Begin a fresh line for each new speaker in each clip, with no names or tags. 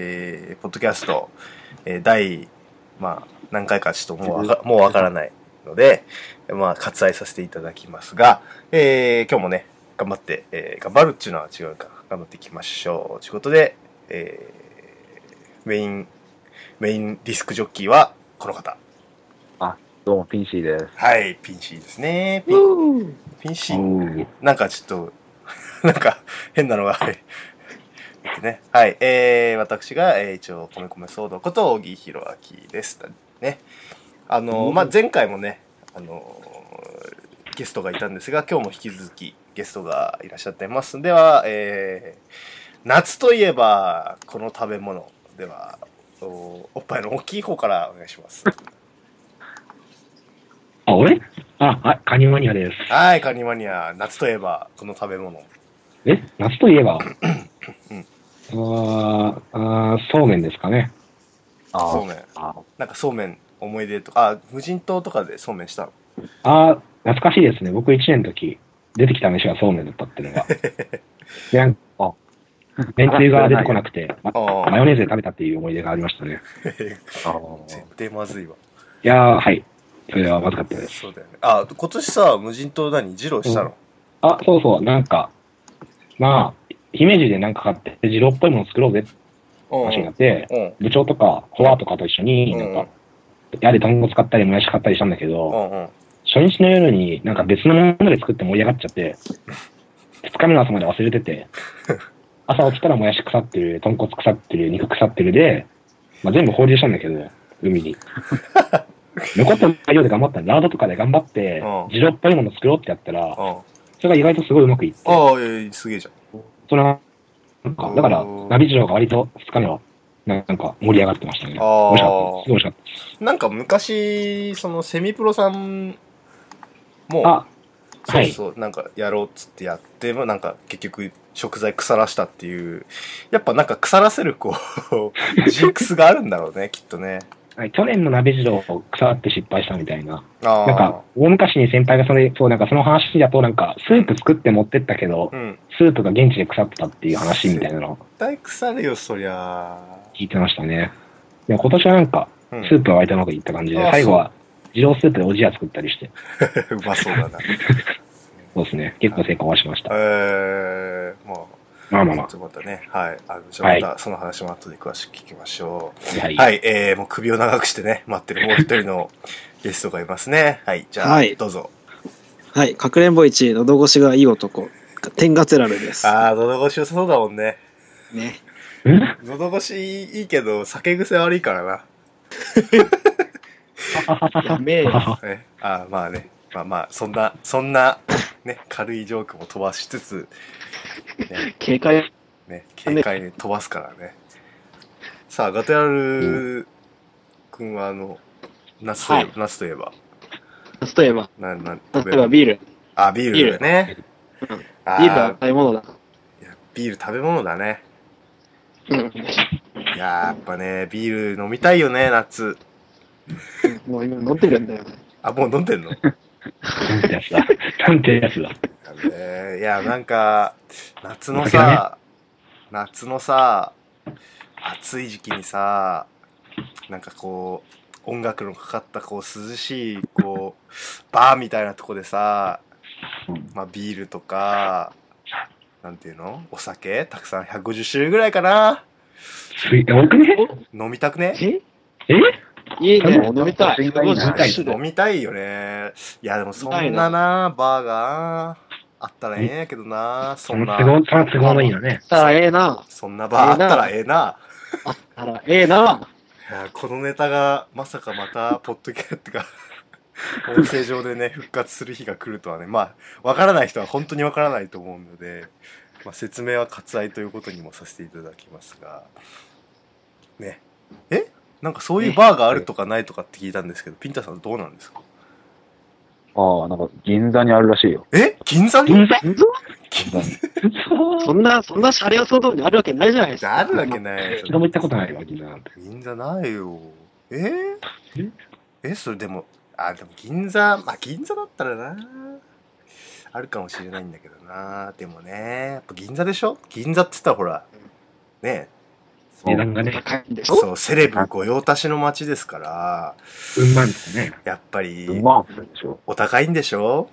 ーポッドキャスト、えー第、まあ、何回かちょっともうわか、もうわからないので、まあ、割愛させていただきますが、えー今日もね、頑張って、えー頑張るっていうのは違うか、頑張っていきましょう。ということで、えーメイン、メインディスクジョッキーは、この方。
どうも、ピンシーです。
はい、ピンシーですね。ピン、
う
ピンシー。
ん。
なんかちょっと、なん か変なのが、はい。ね、はい。えー、私が、えー一応、米米騒動こと、小木弘明です。ね。あのー、まあ、前回もね、あのーゲストがいたんですが、今日も引き続きゲストがいらっしゃってます。では、えー、夏といえば、この食べ物。では、おおっぱいの大きい方からお願いします。
あ、俺あ、はい、カニマニアです。
はい、カニマニア。夏といえば、この食べ物。
え夏といえば、
うん
あーあーそうめんですかね。
あ
そうめん。
あ、
なんかそうめん思い出とか、あ、無人島とかでそうめんしたの。
ああ、懐かしいですね。僕1年の時、出てきた飯がそうめんだったっていうの が。で、なんか、めんつゆが出てこなくて、ま
あ
マヨネーズで食べたっていう思い出がありましたね。
あ
絶対まずいわ。
いやー、はい。それはまずかったです。
そうだよね。あ、今年さ、無人島何二郎したの、
あ、そうそう、なんか、まあ、姫路でなんか買って、二郎っぽいもの作ろうぜって
うん。
話になって、
うん。
部長とか、フォアとかと一緒に、なんか、やれ団子使ったり、もやし買ったりしたんだけど、
うんうん。
初日の夜になんか別のもので作って盛り上がっちゃって、2日目の朝まで忘れて て、朝起きたらもやし腐ってる、豚骨腐ってる、肉腐ってるで、まあ、全部放流したんだけど、海に。残った内容で頑張ったラードとかで頑張って
うん、
二郎っぽいもの作ろうってやったら、
うん。
それが意外とすごいうまくいって、
ああ、いやすげえじゃん。
それはなんか、だから、
うん
ナビ二郎が割と2日目は、なんか盛り上がってましたね。
あ
美味しかっ
あ
たです。すごい美味しかっ
なんか昔、そのセミプロさんも、
た。あ、
そ
は
う
い
そう、なんかやろうっつってやって、まあなんか結局食材腐らしたっていう、やっぱなんか腐らせるこう、ジンクスがあるんだろうね、きっとね。
はい去年の鍋二郎腐って失敗したみたいな。
ああ。
なんか、大昔に先輩がそれ、そう、なんかその話だと、なんか、スープ作って持ってったけど
う、ん。
スープが現地で腐ってたっていう話みたいなのを
絶対腐るよ、そりゃ。
聞いてましたね。いや、今年はなんか、
うん
スープは割とうまくいった感じで、
あ
最後は、二郎スープでおじや作ったりして、
う まそうだな。
そうですね、結構成功はしました。
えー、ま
まあ
あ、
まあ
ちょ
ま
っとまたね、はい。あの、じゃあまた、その話も後で詳しく聞きましょ
あ。は
う。
い。
はい、えー、もう首を長くしてね、待ってるもう一人の ゲストがいますね。はい、じゃあ、
はい
どうぞ。
はい、かくれんぼ一、喉越しがいい男、天ガテラルです。
あー、喉越し良さそうだもんね。
ね。
うん
喉越しいいけど、酒癖悪いからな。
やめえ よ。
ね、あー、まあね。まあまあ、そんな、そんな、ね、軽いジョークも飛ばしつつ、ね、
警戒。
ね、警戒に飛ばすからね。さあ、ガトヤル君は、あの、夏といえば、
は
夏といえば、
例えば、
な、な、
例えばビール。
あ、ビールだね。
うん
あ
ビールは買い物だ。
いやビール食べ物だね。
うん。
いやーやっぱね、ビール飲みたいよね、夏。
もう今飲んでるんだよね。
あ、もう飲んでんのあ
なんてやつだ。なんてやつだ。
のねいや、なんか、夏のさ、夏のさ、暑い時期にさ、なんかこう、音楽のかかった、こう、涼しい、こう、バーみたいなとこでさ、まあ、ビールとか、なんていうのお酒たくさん150種類ぐらいかな
すげえ、多くね
飲みたくね
え
え
いいね、
うん
飲みたい。
飲みたい
150
な
種
飲
類
みたいよね。いや、でもそん
飲みた
ないな、バーが、あったらええんやけどな、そ
そ
ん
の
な
都、合、その都合のいいのね。
たらええな。
そんなバーあったらええな。
たらええな。
いやこのネタが、まさかまた、ポッドキャってか、 音声上でね、復活する日が来るとはね、まあ、わからない人は本当にわからないと思うので、まあ、説明は割愛ということにもさせていただきますが、ね。えなんかそういうバーがあるとかないとかって聞いたんですけど、ピンタさんどうなんですか
ああ、なんか銀座にあるらしいよ。
え銀座に
銀座
銀座に。
そんな、そんなシャレオ騒動にあるわけないじゃないですか。
あるわけない。
一度も行ったことないわ、銀座なんて。
銀座ないよ。えー、えそれでも、あ、でも銀座、まあ銀座だったらな。あるかもしれないんだけどな。でもね、やっぱ銀座でしょ銀座って言ったらほら、ねえ、
う
値段がね、
高いんでしょ
そう、セレブ御用達の街ですから、
うんまいですね。
やっぱり、
うまんするでしょ。
お高いんでしょ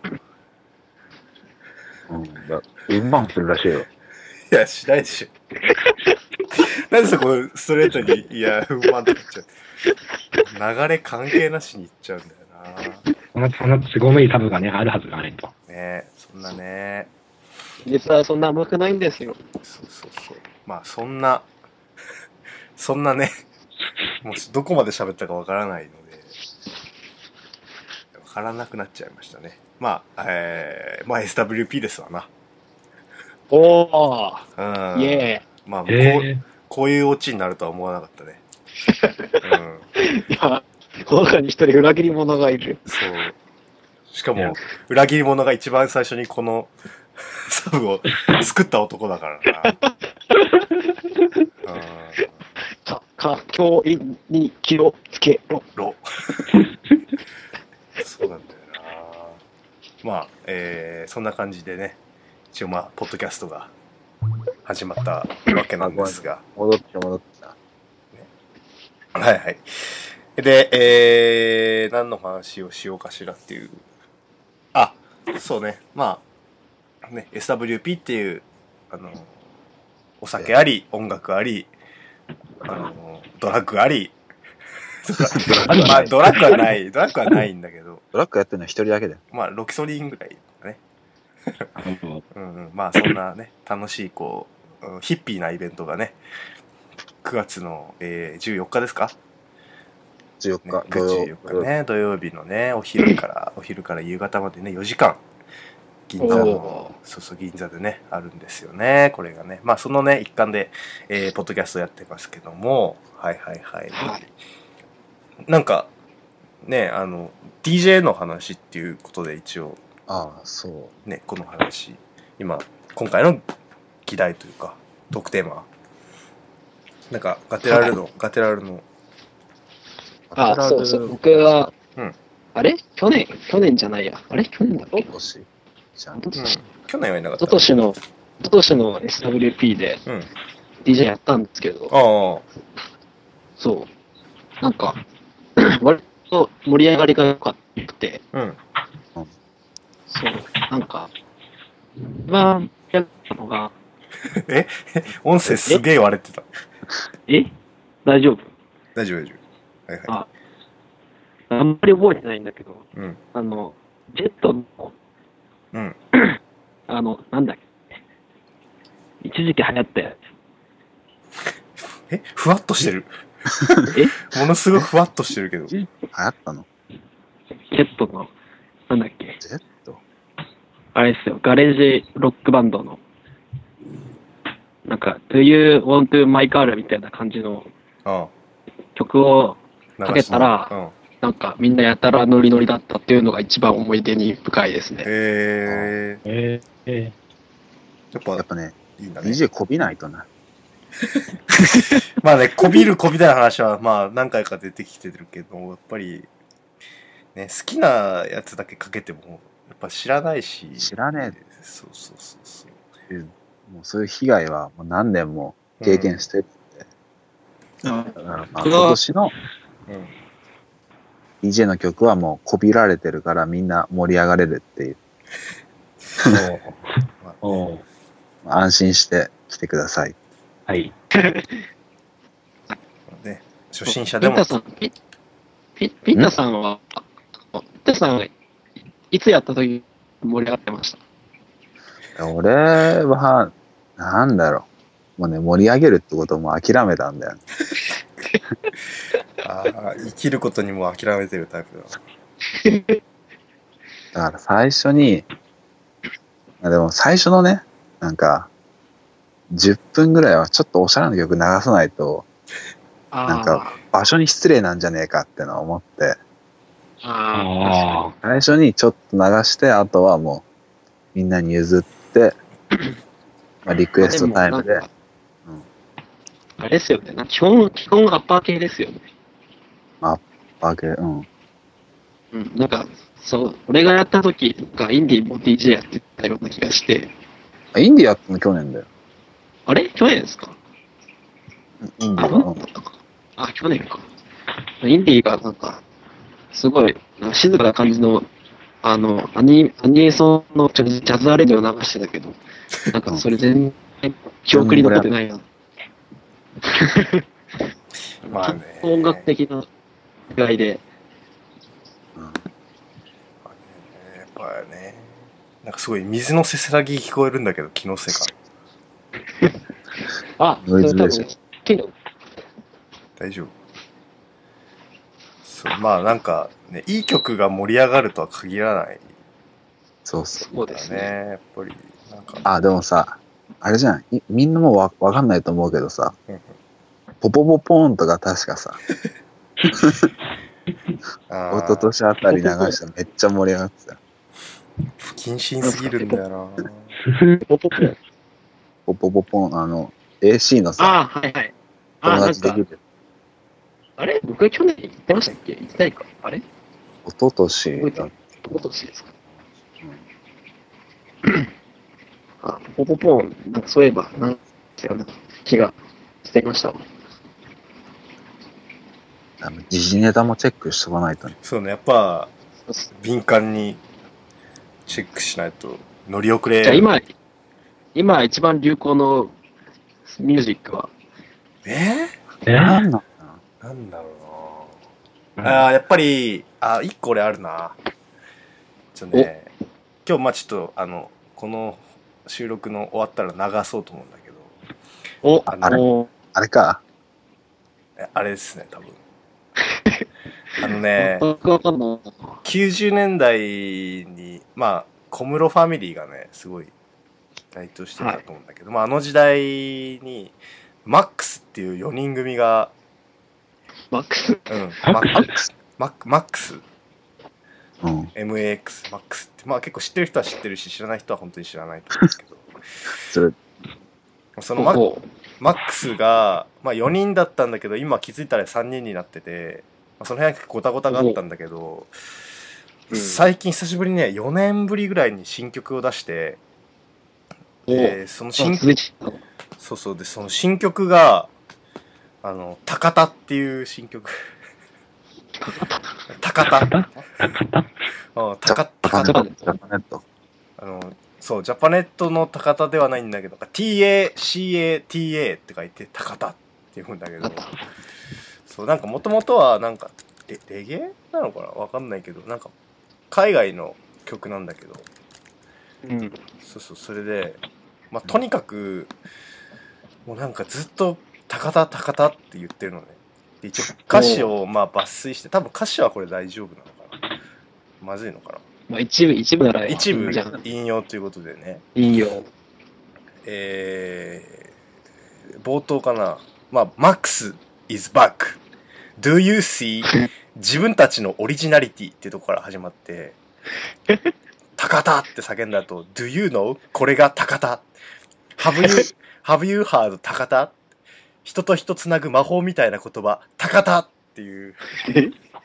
うん。だうんまんするらしいよ。
いや、しないでしょ。 なんでそこ、ストレートに、いや、不満って言っちゃう。流れ関係なしに言っちゃうんだよな。
その、その凄めいサブがね、あるはずがないと。
ねそんなね。
実はそんな甘くないんですよ。
そうそうそう。まあ、そんな、 そんなね、もうどこまで喋ったかわからないので、わからなくなっちゃいましたね。まあ、えー、まあ SWP ですわな。
おー、
うん。
イエ
まあ、こう、
え
こういうオチになるとは思わなかったね。うん。
ーイ。いや、この中に一人裏切り者がいる。
そう。しか
いや
も、裏切り者が一番最初にこのサブを作った男だからな。うん
か、か、教員に気をつけろ。
ろ。そうなんだよな。まあ、えーそんな感じでね、一応まあ、ポッドキャストが始まったわけなんですが。
戻って戻った。
はいはい。で、えー、何の話をしようかしらっていう。あ、そうね。まあ、ね、SWP っていう、あの、お酒あり、音楽あり、あの、ドラッグあり。
ラッグはない
まあ、ドラッグはない。ドラッグはないんだけど、
ドラッグやってるの一人だけだよ。
まあ、ロキソニンぐらいだね。
ー
うんうん、まあそんなね、 楽しい、こう、うんヒッピーなイベントがね、9月の、えー14日ですか
14
ね、
日、
14日ね、土曜日のね、お昼から、お 昼から夕方までね、4時間、銀座
お
の、そうそう、銀座でね、あるんですよね、これがね。まあ、そのね、一環で、えーポッドキャストやってますけども、はいはいはい。
はい。
なんか、ね、あの、DJ の話っていうことで一応、
ああ、そう。
ね、この話、今、今回の議題というか、トークテーマ、なんか、ガテラルの、ガテラルの、
あ、そうそう。僕は、
うん
あれ去年、去年じゃないや。あれ去年だっけ一
今年じゃん。
昨
うん
年、一
去年はいなかった。
昨年の、一昨年の SWP で
うん。
DJ やったんですけど、
ああ。
そう。なんか、 割と盛り上がりが良かったくて、
うん。
そう。なんか、一番やったのが、
音声すげえ割れてた。
え大丈夫
大丈夫、大丈夫。はいは
ああんまり覚えてないんだけど、
い。うん。
あの、ジェットの、
うん。
あの、なんだっけ、一時期流行ったや
えふわっとしてる。
つ、え
ものすごいふわっとしてるけど。
流行ったの
ジェットの、なんだっけ、
ジェット
あれですよ、ガレージロックバンドの、なんか、Do You Want to My Car みたいな感じの
あ
曲を、
あ。
かけたら
うん。
なんか、みんなやたらノリノリだったっていうのが一番思い出に深いですね。
えー、
えー、え
やっ
や
ぱ
っぱね、
いいんだね。
DJ こびないとな。
まあね、こびるこびない話は、まあ何回か出てきてるけど、やっぱり、ね、好きなやつだけかけても、やっぱ知らないし。
知らね
そうそうそうそう。
えってもうそういう被害はもう何年も経験してる
あ
だから、まあ
うわ
今年の
うん。うん。
DJ の曲はもうこびられてるからみんな盛り上がれるっていう。
ー、
まあ
おーおー
まあ安心して来てください。
はい。
ね、初心者でも
ピッタさん、ピピピッタさんは、あピッタさんはい、いつやった時盛り上がってました。
俺は、なんだろう。もうね、盛り上げるってことも諦めたんだよ、ね。
ああ生きることにも諦めてるタイプだ。
だから最初に、あでも最初のね、なんか、10分ぐらいはちょっとおしゃれな曲流さないと、
あー
なんか場所に失礼なんじゃねえかってのを思って、
あ
ああ、
最初にちょっと流して、あとはもう、みんなに譲って、まあ、リク
ー
エストタイムで
もなん、か
うん
あれですよね。なんか基本、基本アッパー系ですよね。
わけ、うん。
うん。なんか、そう、俺がやった時とか、インディーも DJ やってたような気がして、
インディやったの去年だよ。
あれ去年ですか
インディーは。
あ、去年か。インディーがなんか、すごい、なんか静かな感じの、あの、アニアニメーションのジャズジャズアレンジを流してたけど、なんかそれ全然記憶に残って ないな。
まあね
ちょっと音楽的な意外で、
やっぱね、なんかすごい水のせせらぎ聞こえるんだけど、気のせいか。
あ、そ
ノイ
れ
ズ
多
で
分
しょ、
けど、
大丈夫。そう、まあなんか、ね、いい曲が盛り上がるとは限らない
そうっす。
そう
か
で
ら
す
ね、
ね。
やっぱり。なんか、
あ、でもさ、あれじゃん。いみんなもうわわかんないと思うけどさ
うんうん、
ポポポポーンとか確かさ、
あ
一
ー
昨年あたり流してめっちゃ盛り上がってたよ。
不謹慎すぎるんだよな。
ポポポポーン、あの、AC のさ、
あ、はいはい。あ、
友
なん
達でき
か、
る。
あれ僕は去年行ってましたっけ行ってないか。あれ
一昨年
覚えて
だ
るおととしですか。あ、ポポポーン、なんかそういえば、なんていうかな、気がしていましたわ。
あの時事ネタもチェックしとかないとね。
そうね、やっぱ、敏感にチェックしないと乗り遅れ。
じゃあ今、今一番流行のミュージックは、
え
え
なんなんだろ
ーなんだろう
うん
な。あーやっぱり、あ、一個俺あるな。ちょっとね、今日まあちょっと、あの、この収録の終わったら流そうと思うんだけど、
お、
あの
あの、
うあれか。
えあれですね、多 分。あのね、
全くわかんない。
90年代に、まあ、小室ファミリーがね、すごい台頭してたと思うんだけど、まあ、あの時代に、マックスっていう4人組が、
マックス、
うん、
マッ
クスマックマックス
うん。
MAX、マックスって、まあ結構知ってる人は知ってるし、知らない人は本当に知らないと思うんですけど、
それ、
そのマ
こう、
マックスが、まあ4人だったんだけど、今気づいたら3人になってて、まあ、その辺は結構ごたごたがあったんだけど、
うん
最近久しぶりにね、4年ぶりぐらいに新曲を出して、
お
でその新
あ続いてたの
そうそうで、その新曲が、あの、高田っていう新曲。高田。
高
うん高高
ジ
田
ャパネット。ジャパネット。
あの、そう、ジャパネットの高田ではないんだけど、TACATA って書いて高田って読むんだけ
あっ
ど、
た。
そう、なんかもともとはなんか、レレゲエなのかなわかんないけど、なんか、海外の曲なんだけど、
うん。
そうそう、それで、まあ、とにかく、もうなんかずっと、高田、高田って言ってるのね。で一応、歌詞をまあ抜粋して、多分歌詞はこれ大丈夫なのかなまずいのか
まあ一部、一部なら
な一部
じゃん。
引用ということでね。
いいよ。
えー、冒頭かな。まあ、Max is back. Do you see? 自分たちのオリジナリティってとこから始まって、高田って叫んだ後、Do you know? これが高田。Have you, have you heard 高田人と人つなぐ魔法みたいな言葉、高田っていう。ま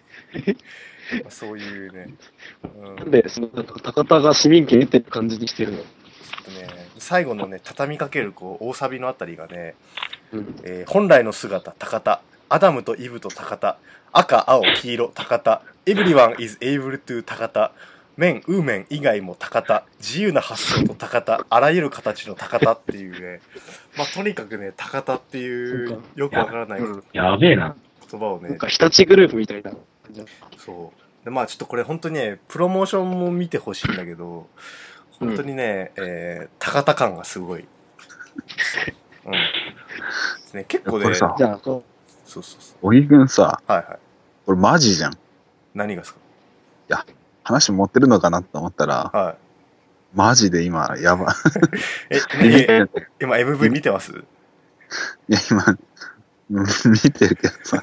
あそういうね。うん
なんで、その、なんか、高田が市民権得てる感じにしてるの。
ちょっとね、最後のね、畳みかけるこう大サビのあたりがね、
うん。
えー本来の姿、高田。アダムとイブと高田。赤、青、黄色、高田。Everyone is able to 高田。面、ウーメン以外も高田。自由な発想と高田。あらゆる形の高田っていうね。まあ、とにかくね、高田ってい
そううか、
よくわからない
うん
やべえな。
言葉を
なん
ね
か、、日立グループみたいな感じだ。
そう。で、まあ、ちょっとこれ本当にね、プロモーションも見てほしいんだけど、本当にね、えー、高田感がすごい。うん。ですね、結構
こ
ね、
れ
そう
さ、
じゃあ、こ
そうそう。
小木くんさ、
はいはい。
これマジじゃん。
何がですか
話持ってるのかなと思ったら、
はい。
マジで今、やばい。
え、
い
何
や、
今 MV 見てます
今、うん見てるけどさ、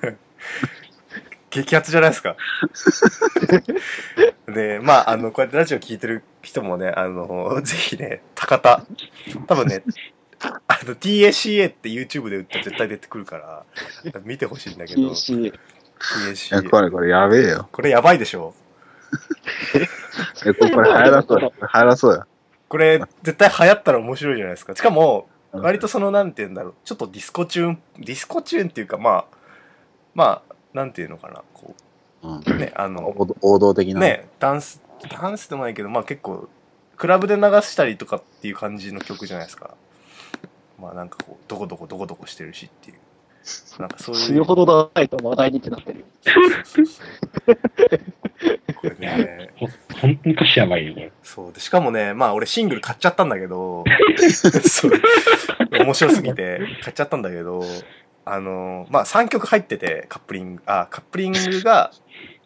激アツじゃないです か。で、まあ、あの、こうやってラジオ聞いてる人もね、あの、ぜひね、高田。多分ね、あの、TACA って YouTube で打ったら絶対出てくるから、見てほしいんだ
う、
けど、
PC、
いや
TACA。
これ、これやべえよ。
これやばいでしょ
え、これ流行らそうよ。流行らそうよ。
これ絶対流行ったら面白いじゃないですか。しかも、割とその、なんて言うんだろう、ちょっとディスコチューン、ディスコチューンっていうか、まあ、まあ、なんていうのかな、こ
うん
う、ね、あの、
王道王道的な。
ね、ダンス、ダンスでもないけど、まあ結構、クラブで流したりとかっていう感じの曲じゃないですか。まあなんかこう、どこどこどこどこしてるしっていう。なんかそういう。
死ぬほどだないと話題にってなってるよ。
そうそうそうこれね、
ほほんとに歌詞やばいよ、これ。
そうで。しかもね、まあ俺シングル買っちゃったんだけど、そう面白すぎて買っちゃったんだけど、あの、まあ3曲入ってて、カップリング、あ、カップリングが、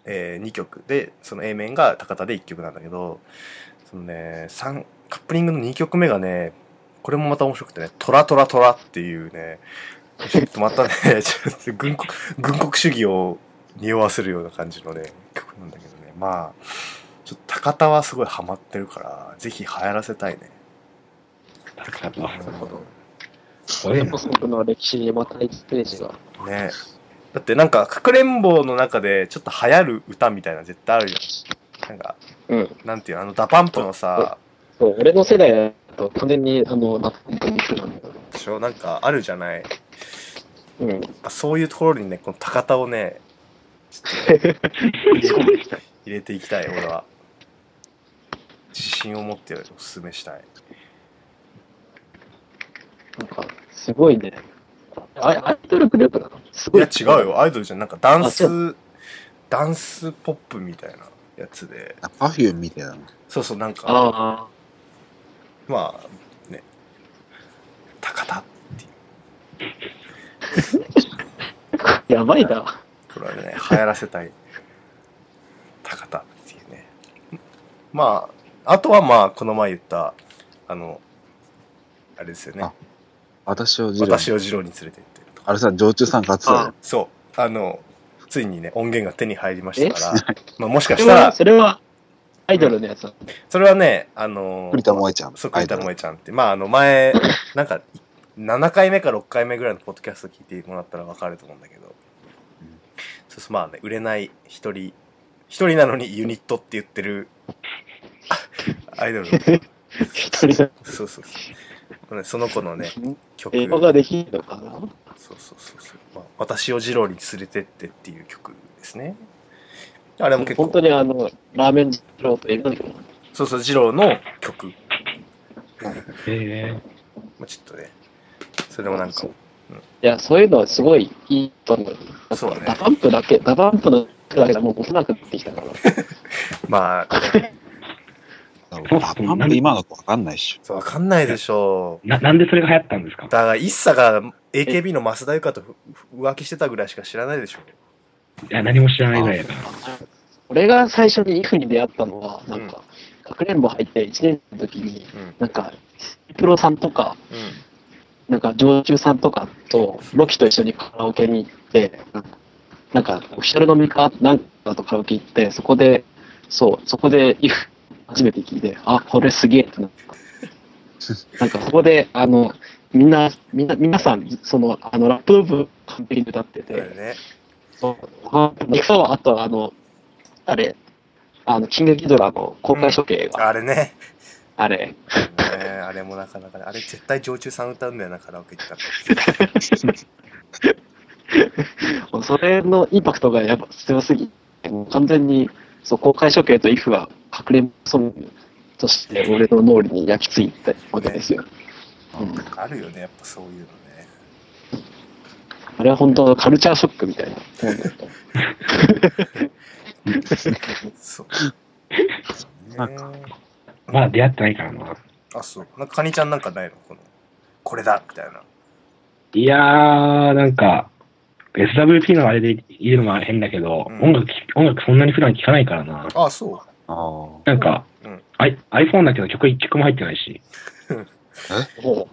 え2曲で、その A 面が高田で1曲なんだけど、そのね、三カップリングの2曲目がね、これもまた面白くてね、トラトラトラっていうね、ちょっとまたね、 ちょっと軍国、軍国主義を匂わせるような感じのね、曲なんだけどね。まあ、ちょっと高田はすごいハマってるから、ぜひ流行らせたいね。
高田は。
ほど
すご
そ
い
れ
な
こ。そ僕の歴史にまた1ページが。
ねだってなんか、かくれんぼの中でちょっと流行る歌みたいな絶対あるじゃん。なんか、
うん。
なんていうのあの、ダパンプのさ、
そう、俺の世代だと完全に、あの、なってる人なんだけど。
でしょなんかあるじゃない。やっ
うん。
ぱそういうところにね、この高田をね、ちょっと入れ入れていきたい、俺は。自信を持っておすすめしたい。
なんか、すごいね。あアイドルグループなのす
い
ごい。
や、違うよ。。アイドルじゃん。なんかダン
あそ
ス、ダンスポップみたいなやつで。
パフュームみたいなの。
そうそう、なんか、
あ
まあ、ね。高田っていう。
あ、やばいな。
これはね、流行らせたい。高田っていうね。まあ、あとはまあ、この前言った、あの、あれですよね
あ。私をジロ
私を二郎に連れて行ってるとか。
あれさ、常駐さん買ってたよ。
そう。あの、ついにね、音源が手に入りましたから、まあもしか
で
した
も、
ら、
それは、アイドルのやつだ。
それはね、あの、
栗田萌えちゃん。
そう、
ア
栗
イド
田
ル
萌ちゃんって。まあ、あの、 前、なんか、7回目か6回目ぐらいのポッドキャスト聞いてもらったら分かると思うんだけど、
うん
そうそう、まあね、売れない一人、一人なのにユニットって言ってる、 あアイドルの、
一人で
そうそうそうね。その子のね、曲。
英語ができるのかな
そうそうそうそう、まあ。私を二郎に連れてってっていう曲ですね。あれも結
本
構
当、にあの、ラーメン二郎と英語の曲なんだ
そうそう、二郎の曲。ま
へえ。
あ、ちょっとね、それもなんか、
いや、そういうのはすごいいいと思う。
そうだね
ダバンプだけ、ダバンプの曲だけでもう幼くなってきたから。
まあ、
そうパンプ今の子わかんないっし
そうわかんないでしょう。
な、なんでそれが流行ったんですか
だから、一茶が AKB の増田由香とふふ浮気してたぐらいしか知らないでしょ。
いや、何も知らないぐらいだから。
俺が最初にイフに出会ったのは、なんか、かくれんぼ入って1年生の時に、
うん。うん。
なんか、プロさんとか、なんか常駐さんとかと、ロキと一緒にカラオケに行って、なんか、お一人飲みか、なんかとカラオケ行って、そこで、そう、そこで、イフ、初めて聞いて、あ、これすげえってなった。なんか、そこで、あの、みんな、みんな、皆さん、その、あの、ラップ部完璧に歌って
だ
て
よ、ね。
そう。あと、あと、あの、あれ、あの、キングギドラの公開処刑が、
あれね。
あれ、
ねあれもなかなかね。あれ絶対常駐さん歌うんだよな、カラオケ行ったら。
もうそれのインパクトがやっぱ強すぎて、もう完全に、そう、公開処刑とイフは隠れんソングとして、俺の脳裏に焼き付いたわけですよ。うん、
あるよね、やっぱそういうのね。
あれは本当カルチャーショックみたいなもんだと。
そう。
な
ね
ん
まだ出会ってないからな。
あ、そう。なんか、カニちゃんなんかないのこの、これだみたいな。
いやー、なんか、SWT のあれで言うのも変だけど、
うん
音楽き、音楽そんなに普段聴かないからな。
あ、そ
ょ。
なんか、
うん
アイ iPhone だけど曲一曲も入ってないし。
も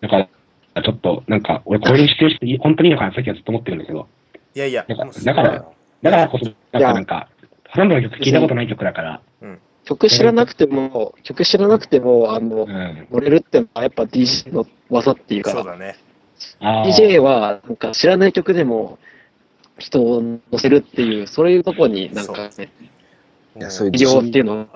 だから、ちょっと、なんか、俺これにしてる人い、本当にいいのかなさっきはずっと思ってるんだけど。
う。いやいや、
なんか
もうすごいな
だからだからこそ、なん
いや
か、なんか、ほとんどの曲聴いたことない曲だから。
う曲知らなくても、曲知らなくても、あの
う、ん。
乗れるってのはやっぱ DJ の技っていうか、
そうだね。
あー
DJ はなんか知らない曲でも人を乗せるっていう、そういうとこになんかね、
いやそういう
医療っていうのは、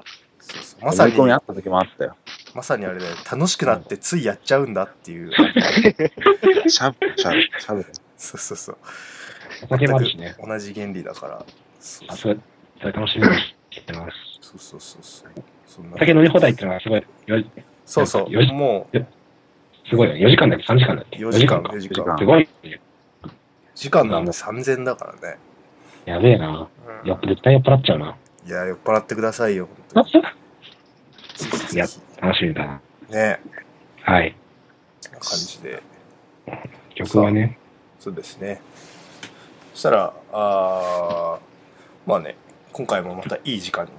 そうそう
ま
まさ
さ
に
に。、込みあった時もあったよ。
まさにあれだよ。楽しくなってついやっちゃうんだっていう。
しゃぶ、しゃぶ、しゃぶ。
そうそうそう。
お酒もあるしね。
全く同じ原理だから。そう
あそれ、それ楽しみにしてます。
そうそうそうそう。そんな
お酒飲み放題っていうのはすごい、よ
そうそう
よ。し
も
すごいね。4時間だっけ ?3 時間だっけ
4時間
4
4
時
時
間
間
か。すごいね。
う、時間なんで3000だからね。
やべえな。
うん
やっぱ絶対酔っ払っちゃうな。
いや、酔っ払ってくださいよ、本当に。ぜひぜ
や
ひ。
楽しみだな。
ね
はい。
こんな感じで。
曲はね。
そうですね。そしたら、あーまあね、今回もまたいい時間に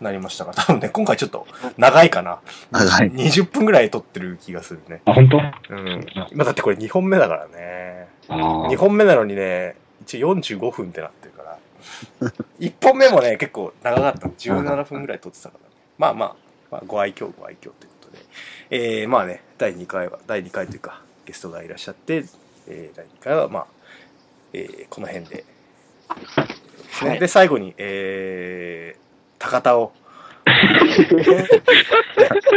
なりましたが、多分ね、今回ちょっと長いかな。
長い。
20分ぐらい撮ってる気がするね。
あ、本当？
うん。まあだってこれ2本目だからね。
あ
2
あ。
本目なのにね、一応45分ってなってる から。1本目もね、結構長かった。17分ぐらい撮ってたからね。まあまあ、まあ、ご愛嬌ご愛嬌ということで。えー、まあね、第2回は、第2回というか、ゲストがいらっしゃって、えー、第2回は、まあ、えー、この辺で。で、最後に、えー、高田 を、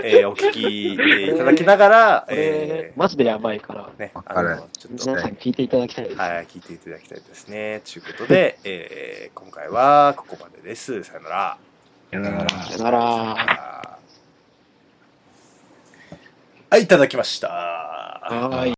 えー、お聞きいただきながら、
これ
え、ー、
マジでやばいから、
ね、
わ
あ
か
の、
る
ちょっと
皆、さん聞いていただきたいです。
はい、聞いていただきたいですね。ということで、えー今回はここまでです。さよなら。
さよなら
さよなら。
はい、いただきました。
はーい。